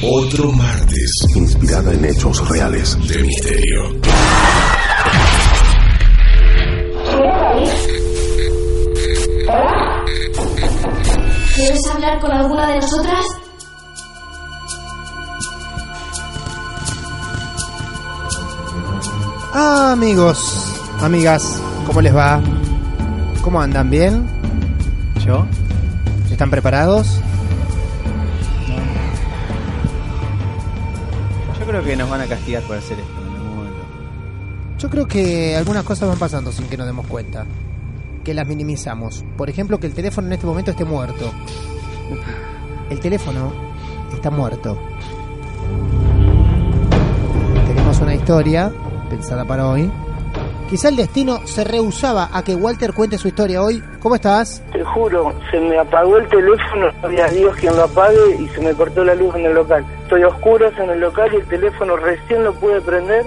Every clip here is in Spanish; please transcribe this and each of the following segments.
otro martes inspirada en hechos reales. de misterio. ¿Quieres hablar con alguna de nosotras? Ah, amigos, amigas, ¿cómo les va? ¿Cómo andan? ¿Bien? ¿Yo? ¿Están preparados? Yo creo que nos van a castigar por hacer esto en algún momento. Yo creo que algunas cosas van pasando sin que nos demos cuenta. Que las minimizamos. Por ejemplo, que el teléfono en este momento esté muerto. El teléfono está muerto. Tenemos una historia pensada para hoy. Quizá el destino se rehusaba a que Walter cuente su historia hoy. ¿Cómo estás? Te juro, se me apagó el teléfono, no había Dios quien lo apague y se me cortó la luz en el local. Estoy a oscuras en el local y el teléfono recién lo pude prender,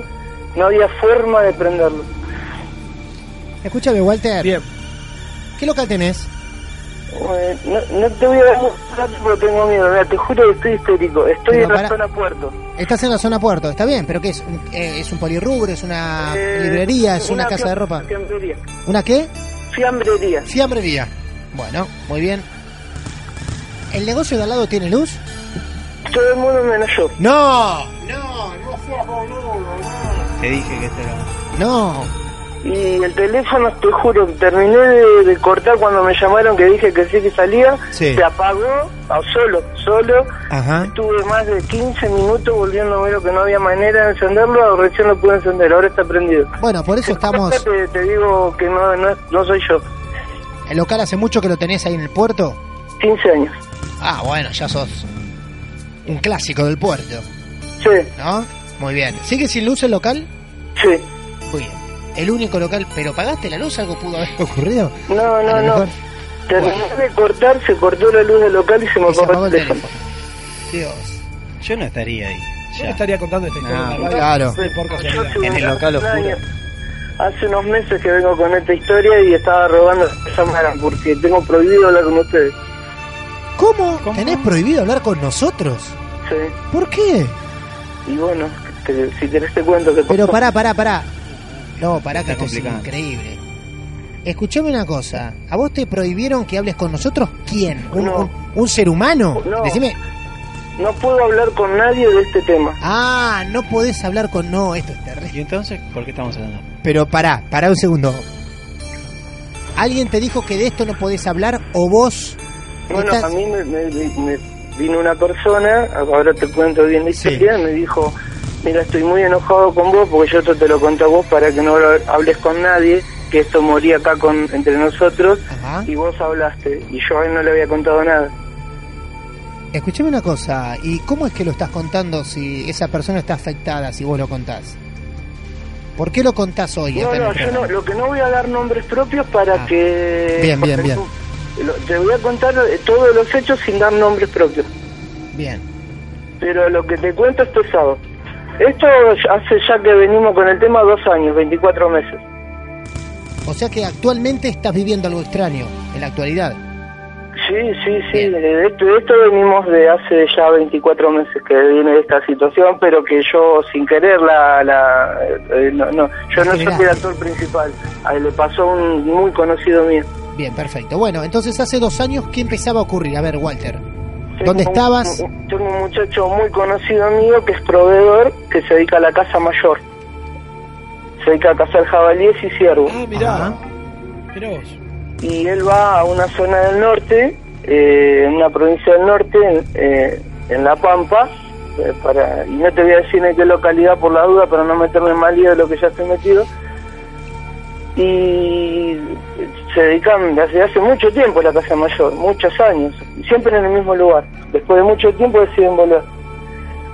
no había forma de prenderlo. Escúchame, Walter. ¿Qué local tenés? Eh, no, no te voy a dar muchos datos, pero tengo miedo, Mira, te juro que estoy histérico, estoy Pero en la para- zona puerto. Estás en la zona puerto, está bien, pero ¿qué es? Eh, ¿Es un polirrubro? ¿Es una Eh, Ah, librería? ¿Es una, casa de fiam- ropa? Fiambrería. ¿Una qué? Fiambrería. Fiambrería. Bueno, muy bien. ¿El negocio de al lado tiene luz? Todo el mundo menos yo. ¡No! Te dije que esto era. ¡No! Y el teléfono, te juro, terminé de, de cortar cuando me llamaron que dije que sí que salía, Sí. Ah. se apagó, ah, solo, solo. Ajá. Estuve más de 15 minutos volviendo a ver que no había manera de encenderlo, recién lo pude encender, ahora está prendido. Bueno, por eso estamos... Te, te digo que no, no, es- no soy yo, ¿El local hace mucho que lo tenés ahí en el puerto? 15 años. Ah, bueno, ya sos un clásico del puerto, Sí, ¿no? Muy bien. ¿Sigue sin luz el local? sí. Muy bien. El único local... ¿Pero pagaste la luz? ¿Algo pudo haber ocurrido? No, A no, lo no. mejor. Terminé de cortar, se cortó la luz del local y se me Y se apagó apagó el el teléfono. teléfono. Dios. Yo no estaría ahí. Yo Ya. Ah, no estaría contando esta historia. No, en la radio. claro. Sí, por Yo casualidad. hace En el unos local oscuro. años- Hace unos meses que vengo con esta historia y estaba robando que llamaran porque tengo prohibido hablar con ustedes. ¿Cómo? ¿Cómo? ¿Tenés prohibido hablar con nosotros? Sí. ¿Por qué? Y bueno, te- si querés te cuento que... Pero pará, pará, pará. No, pará, que Está esto es complicado. increíble. Escuchame una cosa. ¿A vos te prohibieron que hables con nosotros? ¿Quién? ¿Un, No. un- un ser humano? No. Decime. No puedo hablar con nadie de este tema. Ah, no podés hablar con... No, esto es terrible. ¿Y entonces por qué estamos hablando? Pero pará, pará un segundo. ¿Alguien te dijo que de esto no podés hablar o vos... Bueno, estás- a mí me, me- me vino una persona, ahora te cuento bien la Sí. historia, me dijo, mira, estoy muy enojado con vos porque yo esto te lo conté a vos para que no lo hables con nadie, que esto moría acá con entre nosotros Ajá. y vos hablaste y yo a él no le había contado nada. Escuchame una cosa. ¿Y cómo es que lo estás contando si esa persona está afectada, si vos lo contás? ¿Por qué lo contás hoy? No, acá en no, el yo no, programa? lo que no voy a dar nombres propios para Ah. que... Bien, bien, bien. Lo- Te voy a contar eh, todos los hechos sin dar nombres propios. Bien. Pero lo que te cuento es pesado. Esto hace ya que venimos con el tema dos años, 24 meses. O sea que actualmente estás viviendo algo extraño, en la actualidad. Sí, sí, sí. Bien. De esto, de esto venimos de hace ya 24 meses que viene esta situación, pero que yo sin querer la... la eh, no, no, yo no soy el actor principal. A él le pasó a un muy conocido mío. Bien, perfecto. Bueno, entonces hace dos años, ¿qué empezaba a ocurrir? A ver, Walter. ¿Dónde un- estabas? un- Tengo un muchacho muy conocido mío que es proveedor, que se dedica a la casa mayor. Se dedica a cazar jabalíes y ciervos. Ah, mirá. Ajá. Mirá vos. Y él va a una zona del norte, eh, en una provincia del norte, en, eh, en La Pampa, eh, para, y no te voy a decir en qué localidad por la duda, para no meterme en más lío de lo que ya estoy metido. Y se dedican desde hace mucho tiempo a la Casa Mayor, muchos años, y siempre en el mismo lugar. Después de mucho tiempo deciden volver.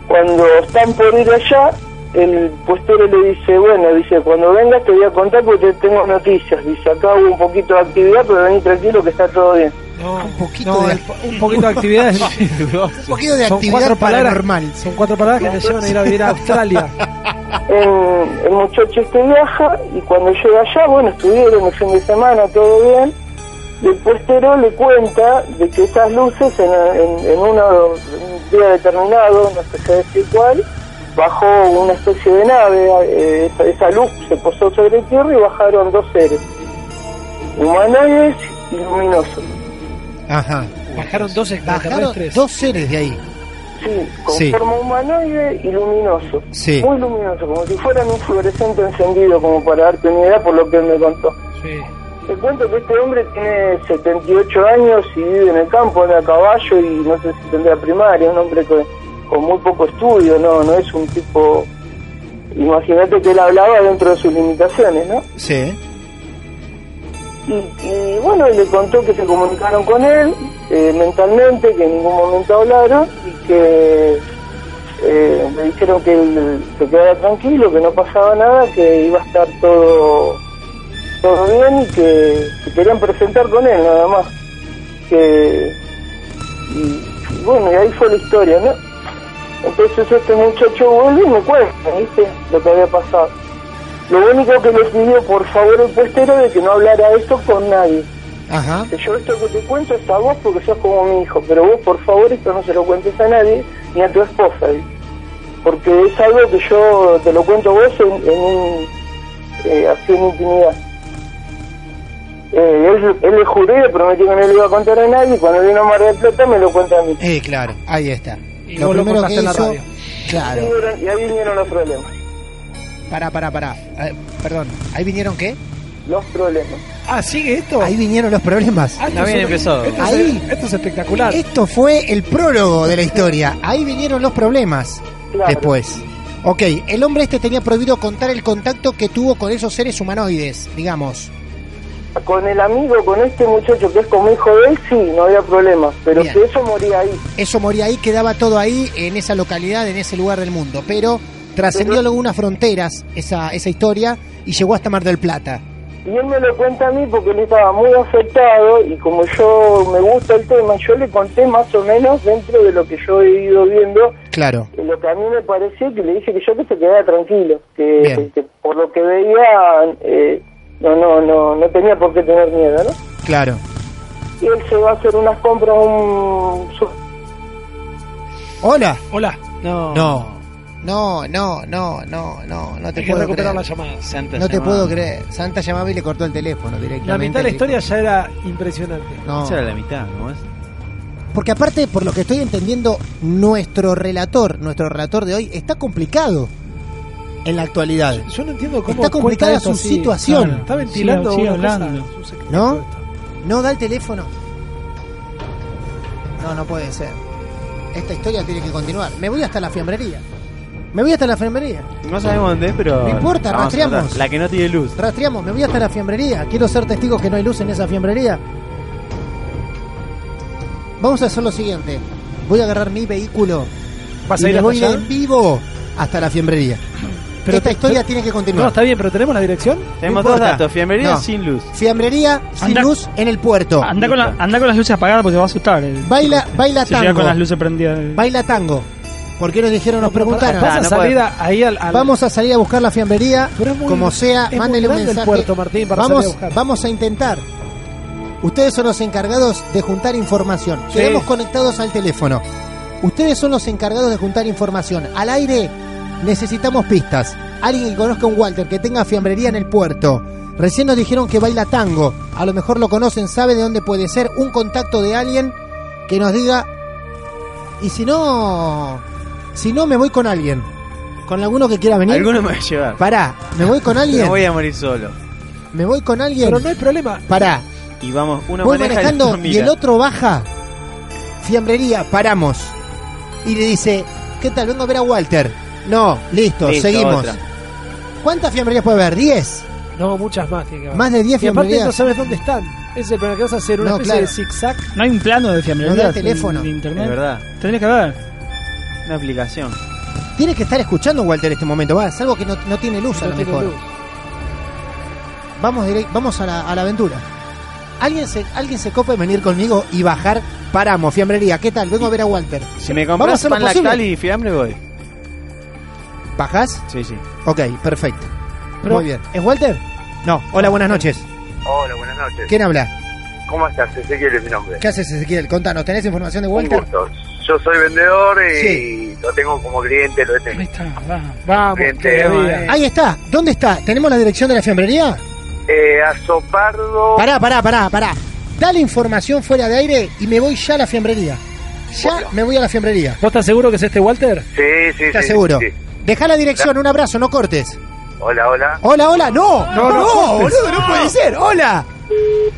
Cuando están por ir allá, el postero le dice, bueno, dice, cuando vengas te voy a contar porque te tengo noticias. Dice, acá hubo un poquito de actividad, pero vení tranquilo que está todo bien. No, Un poquito de- el po- un poquito de actividad es dudoso. Un poquito de Son actividad cuatro palabras. paranormal. Son cuatro palabras que te llevan a ir a vivir a Australia. El, el muchacho este viaja y cuando llega allá, bueno, estuvieron el fin de semana, todo bien. Y el postero le cuenta de que esas luces en, en, en una- un día determinado, no sé si decir cuál, bajó una especie de nave, eh, esa, esa luz se posó sobre tierra y bajaron dos seres, humanoides y luminosos. Ajá. Bajaron dos Bajaron extraterrestres. dos seres de ahí. Sí, con Sí. forma humanoide y luminoso. Sí. Muy luminoso, como si fueran un fluorescente encendido, como para darte una idea por lo que él me contó. Sí. Te cuento que este hombre tiene 78 años y vive en el campo, anda a caballo y no sé si tendrá primaria, un hombre con, con muy poco estudio, no no es un tipo... Imagínate que él hablaba dentro de sus limitaciones, ¿no? Sí. Y, y bueno, y le contó que se comunicaron con él eh, mentalmente, que en ningún momento hablaron y que eh, le dijeron que él se quedara tranquilo, que no pasaba nada, que iba a estar todo, todo bien y que se querían presentar con él nada más. Que, y, y bueno, y ahí fue la historia, ¿no? Entonces este muchacho vuelve y me cuenta, ¿viste? Lo que había pasado. Lo único que le pidió, por favor, el puestero de que no hablara esto con nadie. Ajá. Que yo esto que te cuento es a vos porque sos como mi hijo, pero vos, por favor, esto no se lo cuentes a nadie, ni a tu esposa. ¿eh? Porque es algo que yo te lo cuento a vos en, en un, eh, así en intimidad. Eh, él, él le juré, le prometí que no le iba a contar a nadie, y cuando vino a Mar del Plata me lo cuenta a mí. Eh, claro. Ahí está. Y vos lo contaste en la radio. Y Claro. vinieron- y ahí vinieron los problemas. Pará, pará, pará. Eh, perdón. ¿Ahí vinieron qué? Los problemas. Ah, ¿sigue esto? Ahí vinieron los problemas. Ah, esto Está bien es- empezado. Esto, Ahí. Eh. Es, esto es espectacular. Esto fue el prólogo de la historia. Ahí vinieron los problemas. Claro. Después. Ok, el hombre este tenía prohibido contar el contacto que tuvo con esos seres humanoides, digamos. Con el amigo, con este muchacho que es como hijo de él, sí, no había problema. Pero Bien. que eso moría ahí. Eso moría ahí, quedaba todo ahí, en esa localidad, en ese lugar del mundo. Pero trascendió algunas fronteras esa, esa historia y llegó hasta Mar del Plata. Y él me lo cuenta a mí porque él estaba muy afectado y como yo me gusta el tema, yo le conté más o menos dentro de lo que yo he ido viendo, Claro. que lo que a mí me pareció que le dije que yo que se quedara tranquilo, que, Bien. que por lo que veía eh, no, no, no, no tenía por qué tener miedo, ¿no? Claro. Y él se va a hacer unas compras a un... su- Hola. Hola. No. No. No, no, no, no, no, no te Hay que puedo recuperar creer. las llamadas. Santa No te llamada. puedo creer. Santa llamaba y le cortó el teléfono directamente. La mitad de la al historia tipo. ya era impresionante. No. Esa era la mitad, ¿no es? Porque aparte, por lo que estoy entendiendo, nuestro relator, nuestro relator de hoy, está complicado en la actualidad. Yo no entiendo cómo. Está complicada cuenta esto su así. situación. Claro. Está ventilando. Sigue- sigue una cosa, hablando. un secreto ¿No? esto. No da el teléfono. No, no puede ser. Esta historia tiene que continuar. Me voy hasta la fiambrería. Me voy hasta la fiambrería. No sabemos dónde es, pero. No importa, la vamos a rastreamos. encontrar. La que no tiene luz. Rastreamos, me voy hasta la fiambrería. Quiero ser testigo que no hay luz en esa fiambrería. Vamos a hacer lo siguiente. Voy a agarrar mi vehículo. ¿Vas y a ir me hasta voy allá? en vivo hasta la fiambrería. Pero Esta te- historia te- tiene que No, continuar. está bien, pero ¿tenemos la dirección? Tenemos No dos importa. datos: fiambrería No. sin luz. Fiambrería sin Andá- luz en el puerto. Anda con, la- anda con las luces apagadas porque te va a asustar. el- Baila, baila si llega tango. con las luces prendidas. Ah, el- Baila tango. ¿Por qué nos dijeron, nos preguntaron? Vas a no salir puede. a- ahí al. al- Vamos a salir a buscar la fiambrería, Pero es muy- como sea, es muy mándenle un grande el mensaje. puerto, Martín, para vamos, salir a buscar. vamos a intentar. Ustedes son los encargados de juntar información. Sí. Quedamos conectados al teléfono. Ustedes son los encargados de juntar información. Al aire necesitamos pistas. Alguien que conozca un Walter, que tenga fiambrería en el puerto. Recién nos dijeron que baila tango. A lo mejor lo conocen, sabe de dónde puede ser. Un contacto de alguien que nos diga Y si no, si no, me voy con alguien. Con alguno que quiera venir. Alguno me va a llevar. Pará, me voy con alguien. No voy a morir solo. Me voy con alguien. Pero no hay problema. Pará, Y vamos, uno voy maneja manejando otro y, mira. el otro baja. Fiambrería, paramos. Y le dice, ¿qué tal? Vengo a ver a Walter. No, listo, Listo, seguimos. otra. ¿Cuántas fiambrerías puede haber? ¿Diez? No, muchas más tiene que haber. Más de diez Y aparte no fiambrerías. sabes dónde están. Ese es el problema que vas a hacer una No, especie claro. de zigzag. No hay un plano de fiambrería. No da teléfono. De Es internet. verdad, Tendrías que haber. una aplicación. Tiene que estar escuchando Walter en este momento, va, salvo que no, no tiene luz a No lo tiene mejor. luz. Vamos direct- vamos a la, a la aventura. ¿Alguien se, alguien se copa en venir conmigo y bajar. Paramos, fiambrería. ¿Qué tal? Vengo a ver a Walter. Si me Vamos a compras hacer lo pan posible. lactal y fiambre voy. ¿Bajás? Sí, sí. Ok, perfecto. Pero- Muy bien. ¿Es Walter? No. Hola, buenas noches. Hola, buenas noches. ¿Quién habla? ¿Cómo estás? Ezequiel es mi nombre. ¿Qué haces, Ezequiel? Contanos, ¿tenés información de Un Walter? gusto. Yo soy vendedor y Sí. lo tengo como cliente, lo he Ahí tenido. está. va. Vamos. Bien, que la tema, vida. eh. Ahí está. ¿Dónde está? ¿Tenemos la dirección de la fiambrería? Eh, a Sopardo, Pará, pará, pará, pará. Dale información fuera de aire y me voy ya a la fiambrería. Ya Bueno. me voy a la fiambrería. ¿Vos estás seguro que es este Walter? Sí, sí, ¿Estás sí, seguro? sí. Dejá la dirección, un abrazo, no cortes. Hola, hola. Hola, hola, no, no, no, boludo, no puede ser, hola.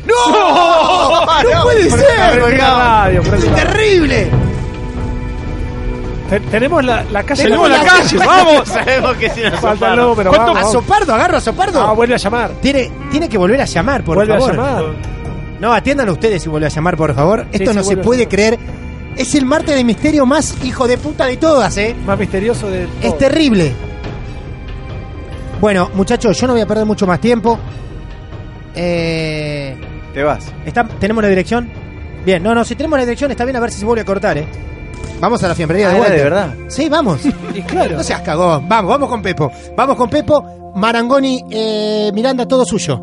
No, no, puede ser, Prendí la boludo. radio, prendí la- terrible. Te- Tenemos la, la calle. Tenemos nueva. la calle, vamos. Sabemos que si nos Falta luego, pero ¿Cuánto? vamos. A Sopardo, agarro a Sopardo. Ah, vuelve a llamar. tiene, tiene que volver a llamar, por vuelve favor. a llamar. No, atiéndanlo ustedes y vuelve a llamar, por favor. Sí, Esto sí, no se vuelve a puede llamar. creer. Es el martes de misterio más hijo de puta de todas, ¿eh? Más misterioso de. Es terrible. Bueno, muchachos, yo no voy a perder mucho más tiempo. Eh, Te vas. ¿está- ¿Tenemos la dirección? Bien, no, no, si tenemos la dirección está bien, a ver si se vuelve a cortar, ¿eh? Vamos a la fiambrería Ah, de era vuelta. de verdad. Sí, vamos. Y claro. No seas cagón. Vamos, vamos con Pepo. Vamos con Pepo. Marangoni, eh, Miranda, todo suyo.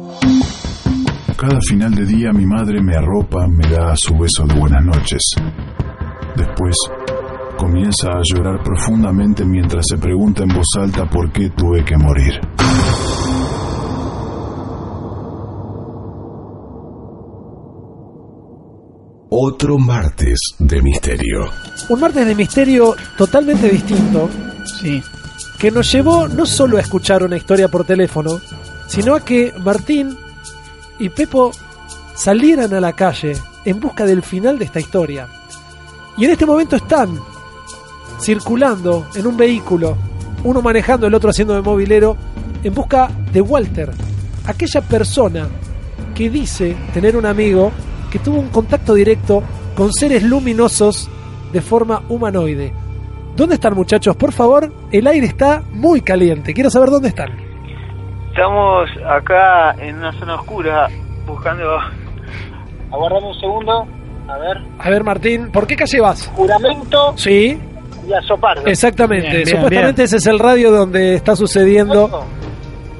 Cada final de día mi madre me arropa, me da su beso de buenas noches. Después comienza a llorar profundamente mientras se pregunta en voz alta por qué tuve que morir. Otro martes de misterio. Un martes de misterio totalmente distinto Sí. que nos llevó no solo a escuchar una historia por teléfono, sino a que Martín y Pepo salieran a la calle en busca del final de esta historia. Y en este momento están circulando en un vehículo, uno manejando, el otro haciendo de movilero, en busca de Walter, aquella persona que dice tener un amigo que tuvo un contacto directo con seres luminosos de forma humanoide. ¿Dónde están muchachos? Por favor, el aire está muy caliente. Quiero saber dónde están. Estamos acá en una zona oscura buscando. Aguardame un segundo. A ver. A ver, Martín, ¿por qué calle vas? Juramento Sí, y a Sopardo. exactamente. Bien, bien, Supuestamente bien. ese es el radio donde está sucediendo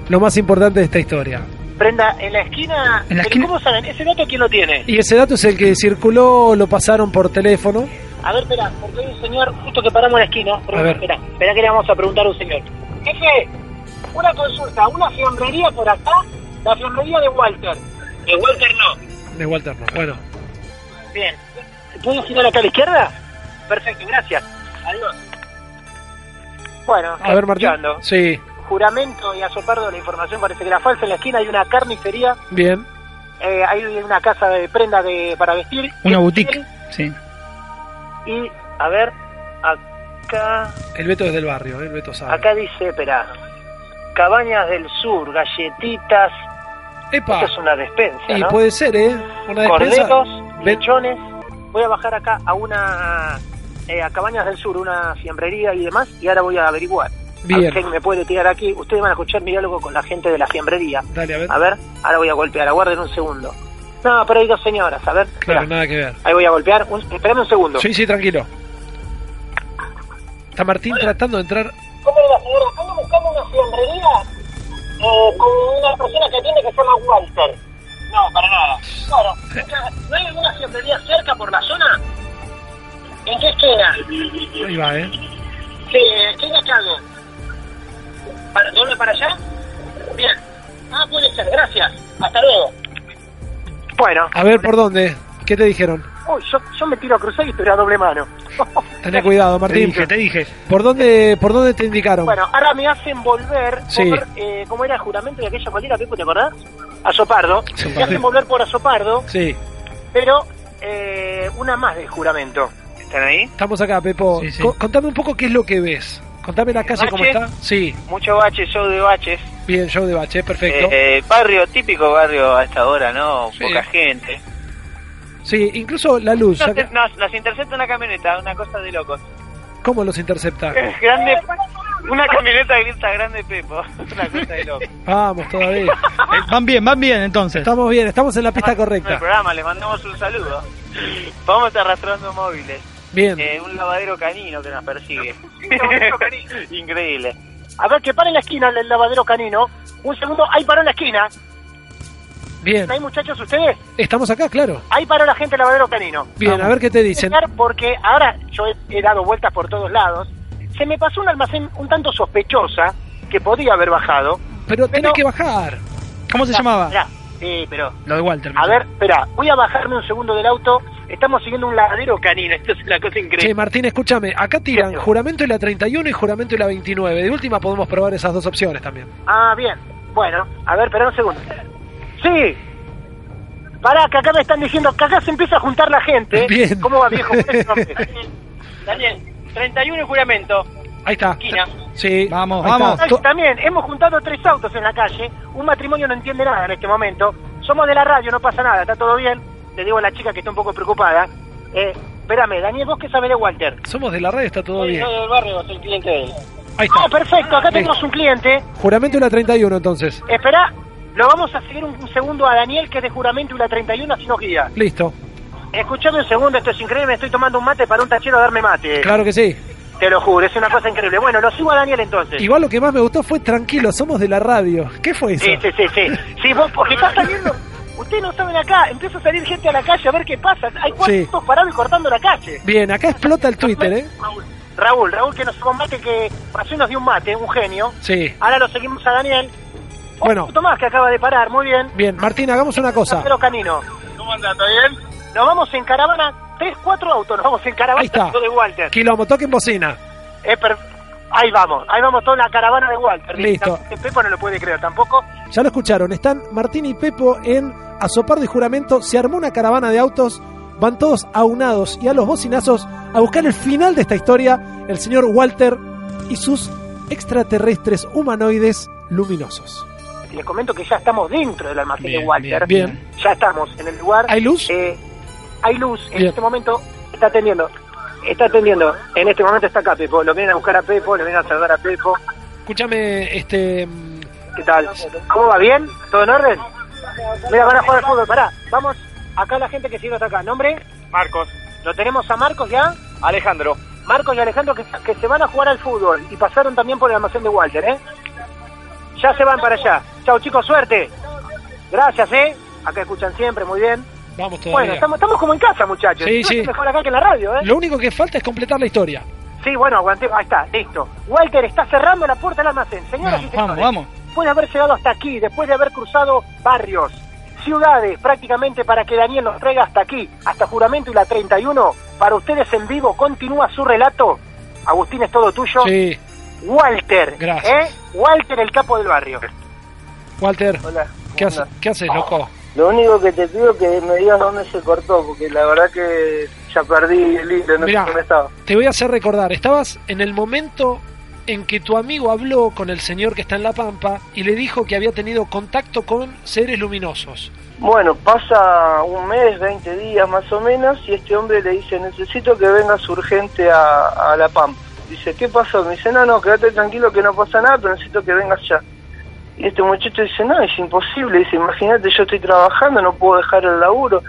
lo más importante de esta historia. Prenda, en la esquina. En la pero esquina- ¿Cómo saben? ¿Ese dato quién lo tiene? Y ese dato es el que circuló, lo pasaron por teléfono. A ver, espera, porque hay un señor justo que paramos en la esquina. Pero, A ver. Espera, espera que le vamos a preguntar a un señor. Jefe, una consulta, una fiambrería por acá, la fiambrería de Walter. De Walter no. De Walter, no. Bueno, Bien. ¿Puedo girar acá a la izquierda? Perfecto, gracias. Adiós. Bueno, a ver, Martín. escuchando. Sí, Juramento y azopardo, la información parece que era falsa. En la esquina hay una carnicería, bien. eh, hay una casa de prenda de, para vestir. Una boutique. Sí. Y, a ver, acá... El Beto es del barrio, ¿eh? el Beto sabe. Acá dice, espera, cabañas del sur, galletitas, ¡Epa! esto es una despensa, Y ¿no? puede ser, ¿eh? Una despensa. Corderos, Ve- lechones. Voy a bajar acá a una eh, a cabañas del sur, una fiambrería y demás, y ahora voy a averiguar. A ver Bien. quién me puede tirar aquí. Ustedes van a escuchar mi diálogo con la gente de la fiambrería. Dale, a ver. A ver, ahora voy a golpear, aguarden un segundo. No, pero hay dos señoras, a ver. Claro, esperá. nada que ver. Ahí voy a golpear, un, esperame un segundo. Sí, sí, tranquilo. Está Martín tratando de entrar. ¿Cómo la señora? ¿Cómo buscamos una fiambrería con una persona que tiene que se llama Walter? No, para nada. Claro, ¿no hay alguna fiambrería cerca por la zona? ¿En qué esquina? Ahí va, ¿eh? Sí, esquina qué hago? ¿Para, ¿Doble para allá? Bien. Ah, puede ser, gracias. Hasta luego. Bueno, A ver, ¿por dónde? ¿Qué te dijeron? Uy, yo, yo me tiro a cruzar y estoy a doble mano. Tené cuidado, Martín. Te dije, te dije. ¿Por dónde, por dónde te indicaron? Bueno, ahora me hacen volver Sí. por, eh, ¿cómo era el juramento de aquella cual era, Pipo, ¿te acordás? Azopardo. Me hacen volver por Azopardo, Sí. pero eh, una más del juramento. ¿Están ahí? Estamos acá, Pepo. Co- contame un poco qué es lo que ves. Contame la calle cómo ¿Bache? está. Sí, Mucho bache, show de baches. bien, show de bache, perfecto. Eh, eh, barrio, típico barrio a esta hora, ¿no? Poca gente. sí, incluso la luz. Nos, ya- nos- nos intercepta una camioneta, una cosa de locos. ¿Cómo los intercepta? Eh. Grande, una camioneta grita grande Pepo, una cosa de locos. Vamos, todavía. Eh, Van bien, van bien entonces. Ah, Estamos bien, estamos en la pista El correcta. programa, les mandamos un saludo. Vamos arrastrando móviles. Bien. Eh, un lavadero canino que nos persigue. Increíble. A ver, que paren la esquina el lavadero canino. Un segundo, ahí paró en la esquina. Bien. ¿Están ahí, muchachos, ustedes? Estamos acá, claro. Ahí paró la gente del lavadero canino. Bien, a ver qué te dicen. Señor, Porque ahora yo he, he dado vueltas por todos lados. Se me pasó un almacén un tanto sospechosa que podía haber bajado. Pero tenés que bajar. ¿Cómo se llamaba? Sí, pero Lo de Walter. A ver, espera, voy a bajarme un segundo del auto. Estamos siguiendo un ladero canino. Esto es una cosa Che, increíble. Martín, escúchame. Acá tiran juramento y la 31 y juramento y la 29. De última podemos probar esas dos opciones también. Ah, bien. Bueno, a ver, espera un segundo. Sí. Pará, que acá me están diciendo que acá se empieza a juntar la gente. Bien. ¿Cómo va, viejo? Daniel, 31 juramento. Ahí está. Esquina. Sí. Vamos, Ahí está. Ay, To- También hemos juntado tres autos en la calle. Un matrimonio no entiende nada en este momento. Somos de la radio, no pasa nada, está todo bien. Le digo a la chica que está un poco preocupada. Eh, espérame, Daniel, vos qué sabés de Walter. Somos de la red, está todo bien. del barrio, soy cliente de él. Ahí está. eh. Ah, perfecto, acá tenemos Listo. un cliente. Juramento y la 31, entonces. Espera, lo vamos a seguir un, un segundo a Daniel, que es de juramento y la 31 así nos guía. Listo. Escuchame un segundo, esto es increíble, me estoy tomando un mate para un tachero a darme mate. Claro que sí. Te lo juro, es una cosa increíble. Bueno, lo sigo a Daniel entonces. Igual lo que más me gustó fue tranquilo, somos de la radio. ¿Qué fue eso? Sí, sí, sí, sí. Sí, vos, porque está saliendo... Ustedes no saben acá, empieza a salir gente a la calle a ver qué pasa. Hay cuatro Sí. tipos parados y cortando la calle. Bien, acá explota el Twitter, ¿eh? Raúl, Raúl que nos combate, que recién nos dio un mate, un genio. Sí. Ahora lo seguimos a Daniel. Bueno, Tomás que acaba de parar, muy bien. bien, Martín, hagamos una cosa. Pero Canino. ¿Cómo anda? ¿Todo bien? Nos vamos en caravana, tres, cuatro autos, nos vamos en caravana Ahí está. todo de Walter. Quilombo, toquen bocina. Es per- Ahí vamos, ahí vamos toda la caravana de Walter. Listo. El Pepo no lo puede creer tampoco. Ya lo escucharon, están Martín y Pepo en Azopardo y Juramento. Se armó una caravana de autos, van todos aunados y a los bocinazos a buscar el final de esta historia, el señor Walter y sus extraterrestres humanoides luminosos. Les comento que ya estamos dentro del almacén Bien, de Walter. bien, bien. Ya estamos en el lugar. ¿Hay luz? Eh, hay luz. En Bien. este momento está atendiendo. Está atendiendo. En este momento está acá Pepo. Lo vienen a buscar a Pepo, lo vienen a saludar a Pepo. Escúchame, este... ¿Qué tal? ¿Cómo va? ¿Bien? ¿Todo en orden? Mira, van a jugar al fútbol, pará. Vamos, acá la gente que sigue hasta acá. ¿Nombre? Marcos. ¿Lo tenemos a Marcos ya? Alejandro. Marcos y Alejandro que, que se van a jugar al fútbol y pasaron también por el almacén de Walter, ¿eh? Ya se van para allá. Chao chicos, suerte. Gracias, ¿eh? Acá escuchan siempre, muy bien. Vamos todavía. Bueno, estamos, estamos como en casa, muchachos. Sí, Esto es sí. mejor acá que en la radio, ¿eh? Lo único que falta es completar la historia. Sí, bueno, aguanté. Ahí está, listo. Walter está cerrando la puerta del almacén. Señoras y señores, Ah, vamos. después de haber llegado hasta aquí, después de haber cruzado barrios, ciudades, prácticamente para que Daniel nos traiga hasta aquí, hasta Juramento y la 31, para ustedes en vivo, continúa su relato. Agustín, es todo tuyo. Sí, Walter, Gracias. ¿eh? Walter, el capo del barrio. Walter, Hola. ¿qué, hace- qué haces, loco? Lo único que te pido es que me digas dónde se cortó, porque la verdad que ya perdí el hilo, no Mirá. sé dónde estaba. Te voy a hacer recordar, estabas en el momento en que tu amigo habló con el señor que está en La Pampa y le dijo que había tenido contacto con seres luminosos. Bueno, pasa un mes, 20 días más o menos, y este hombre le dice, necesito que vengas urgente a, a La Pampa. Dice, ¿qué pasó? Me dice, no, no, quédate tranquilo que no pasa nada, pero necesito que vengas ya. Y este muchacho dice, no, es imposible. Dice, imagínate, yo estoy trabajando, no puedo dejar el laburo.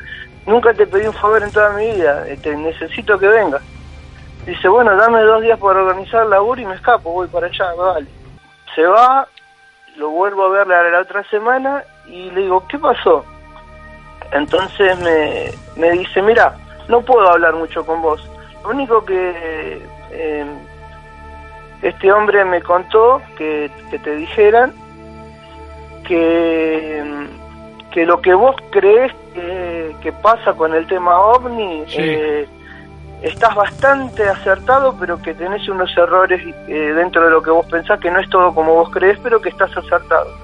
Nunca te pedí un favor en toda mi vida. Este, necesito que vengas. Dice, bueno, dame dos días para organizar el laburo y me escapo, voy para allá, vale. Se va, lo vuelvo a ver la, la otra semana y le digo, ¿qué pasó? Entonces me, me dice, mira, no puedo hablar mucho con vos. Lo único que eh, em, este hombre me contó que, que te dijeran em, que, mm, que lo que vos crees que que, que pasa con el tema ovni, Sí. eh, estás bastante acertado, pero que tenés unos errores eh, dentro de lo que vos pensás, que no es todo como vos crees, pero que estás acertado.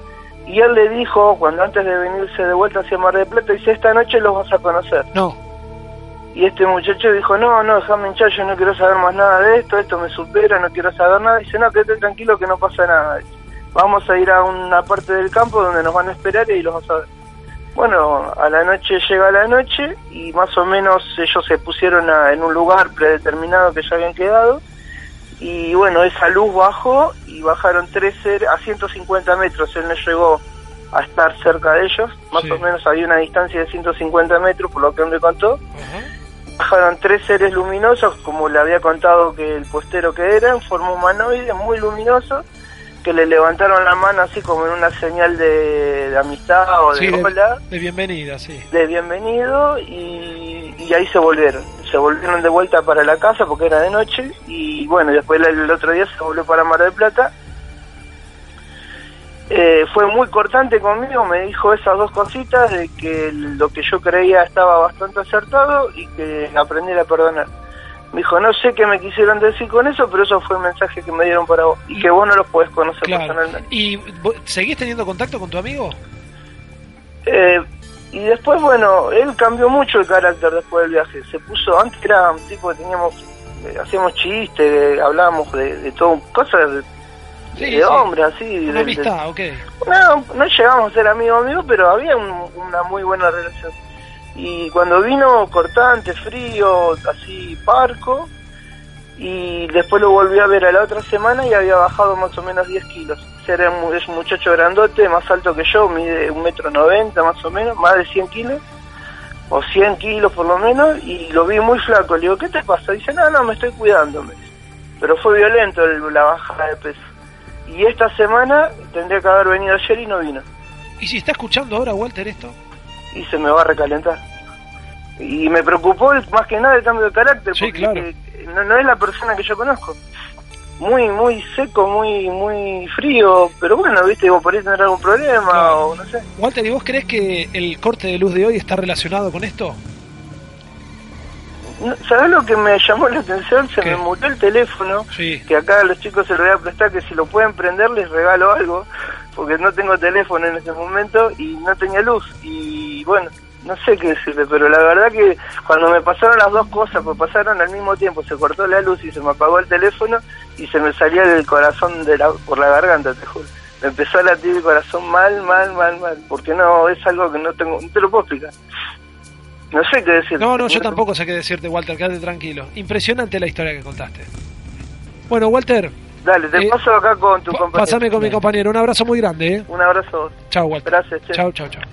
Y él le dijo, cuando antes de venirse de vuelta hacia Mar del Plata, dice, esta noche los vas a conocer. No. Y este muchacho dijo, no, no, déjame hinchar, yo no quiero saber más nada de esto, esto me supera, no quiero saber nada. Dice, no, quédate tranquilo que no pasa nada. Vamos a ir a una parte del campo donde nos van a esperar y los vas a ver. Bueno, a la noche llega la noche y más o menos ellos se pusieron a- en un lugar predeterminado que ya habían quedado. Y bueno, esa luz bajó y bajaron 13 a 150 metros. Él no llegó a estar cerca de ellos. Más o menos había una distancia de 150 metros, por lo que él me contó. Bajaron tres seres luminosos, como le había contado que el postero que era, en forma humanoide, muy luminoso, que le levantaron la mano así como en una señal de, de amistad o de Sí, de- hola, de bienvenida, sí. de bienvenido, y, y ahí se volvieron. Se volvieron de vuelta para la casa porque era de noche, y bueno, después el, el otro día se volvió para Mar del Plata. Eh, fue muy cortante conmigo, me dijo esas dos cositas de que lo que yo creía estaba bastante acertado y que aprendiera a perdonar. Me dijo, no sé qué me quisieron decir con eso, pero eso fue el mensaje que me dieron para vos y que vos no los podés conocer personalmente. ¿Y vos- seguís teniendo contacto con tu amigo? Eh, y después, bueno, él cambió mucho el carácter después del viaje. Se puso, antes era un tipo que teníamos, eh, hacíamos chistes, eh, hablábamos de, de todo, cosas de, Sí, de sí. hombre, así. de- Una de- amistad, ok. no, no llegamos a ser amigos amigos, pero había un- una muy buena relación. Y cuando vino cortante, frío, así parco, y después lo volví a ver a la otra semana y había bajado más o menos 10 kilos. Era un, es un muchacho grandote, más alto que yo, mide un metro noventa más o menos, más de 100 kilos, o 100 kilos por lo menos, y lo vi muy flaco. Le digo, ¿qué te pasa? Dice, no, no, me estoy cuidándome. Pero fue violento el- la bajada de peso. Y esta semana tendría que haber venido ayer y no vino. ¿Y si está escuchando ahora Walter esto? Y se me va a recalentar. Y me preocupó el- más que nada el cambio de carácter, porque eh, no, no es la persona que yo conozco. Muy, muy seco, muy, muy frío, pero bueno, viste, digo, por ahí tendrá algún problema o no sé. Walter, ¿y vos crees que el corte de luz de hoy está relacionado con esto? No, ¿Sabés lo que me llamó la atención? Se me mutó el teléfono. Que acá a los chicos se les voy a prestar que si lo pueden prender les regalo algo. Porque no tengo teléfono en ese momento y no tenía luz. Y bueno, no sé qué decirle, pero la verdad que cuando me pasaron las dos cosas, pues pasaron al mismo tiempo, se cortó la luz y se me apagó el teléfono y se me salía el corazón de la, por la garganta, te juro. Me empezó a latir el corazón mal, mal, mal, mal. Porque no, es algo que no tengo, no te lo puedo explicar. No sé qué decirte. No, no, yo tampoco sé qué decirte, Walter, quédate tranquilo. Impresionante la historia que contaste. Bueno, Walter, Dale, te paso acá con tu compañero. Eh, pasame con mi compañero. Un abrazo muy grande, ¿eh? Un abrazo. Chao, Walter. Gracias, Chao, chao, chao.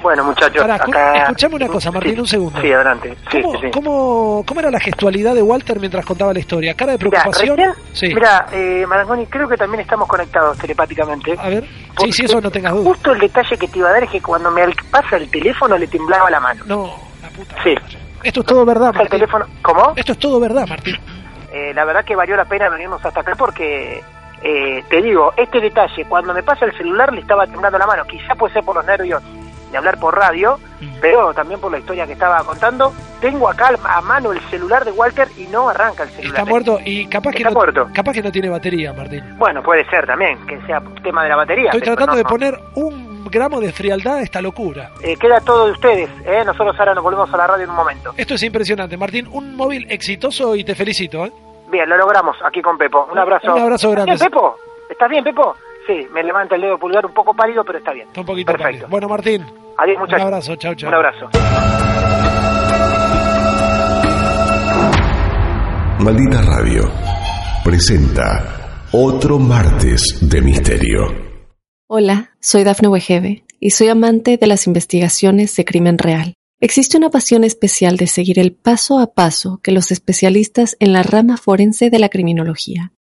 Bueno, muchachos, Pará, escu- acá... escuchame una cosa, Martín, un segundo. Sí, adelante. Sí, ¿Cómo, sí, sí. cómo- cómo era la gestualidad de Walter mientras contaba la historia? ¿Cara de Mirá, preocupación? recién- sí. Mirá, eh, Marangoni, creo que también estamos conectados telepáticamente. A ver, sí, sí, eso no tengas duda. Justo el detalle que te iba a dar es que cuando me al- pasa el teléfono le temblaba la mano. No, Sí. Esto es todo verdad, Martín. teléfono, ¿Cómo? Esto es todo verdad, Martín. Eh, la verdad que valió la pena venirnos hasta acá porque, eh, te digo, este detalle, cuando me pasa el celular le estaba temblando la mano. Quizá puede ser por los nervios de hablar por radio, pero también por la historia que estaba contando. Tengo acá a mano el celular de Walter y no arranca el celular. Está muerto y capaz que, Está no, muerto. capaz que no tiene batería, Martín. Bueno, puede ser también, que sea tema de la batería. Estoy pero tratando no, de no. poner un gramo de frialdad a esta locura. Eh, queda todo de ustedes, ¿eh? Nosotros ahora nos volvemos a la radio en un momento. Esto es impresionante, Martín. Un móvil exitoso y te felicito, ¿eh? Bien, lo logramos aquí con Pepo. Un abrazo. Un abrazo grande. ¿Estás bien, Pepo? ¿Estás bien, Pepo? Sí, me levanta el dedo pulgar un poco pálido, pero está bien. Está un poquito Perfecto. Bueno, Martín. Adiós, muchachos. Un abrazo, chao, chao. Un abrazo. Maldita Radio presenta otro martes de misterio. Hola, soy Dafne Wegebe y soy amante de las investigaciones de crimen real. Existe una pasión especial de seguir el paso a paso que los especialistas en la rama forense de la criminología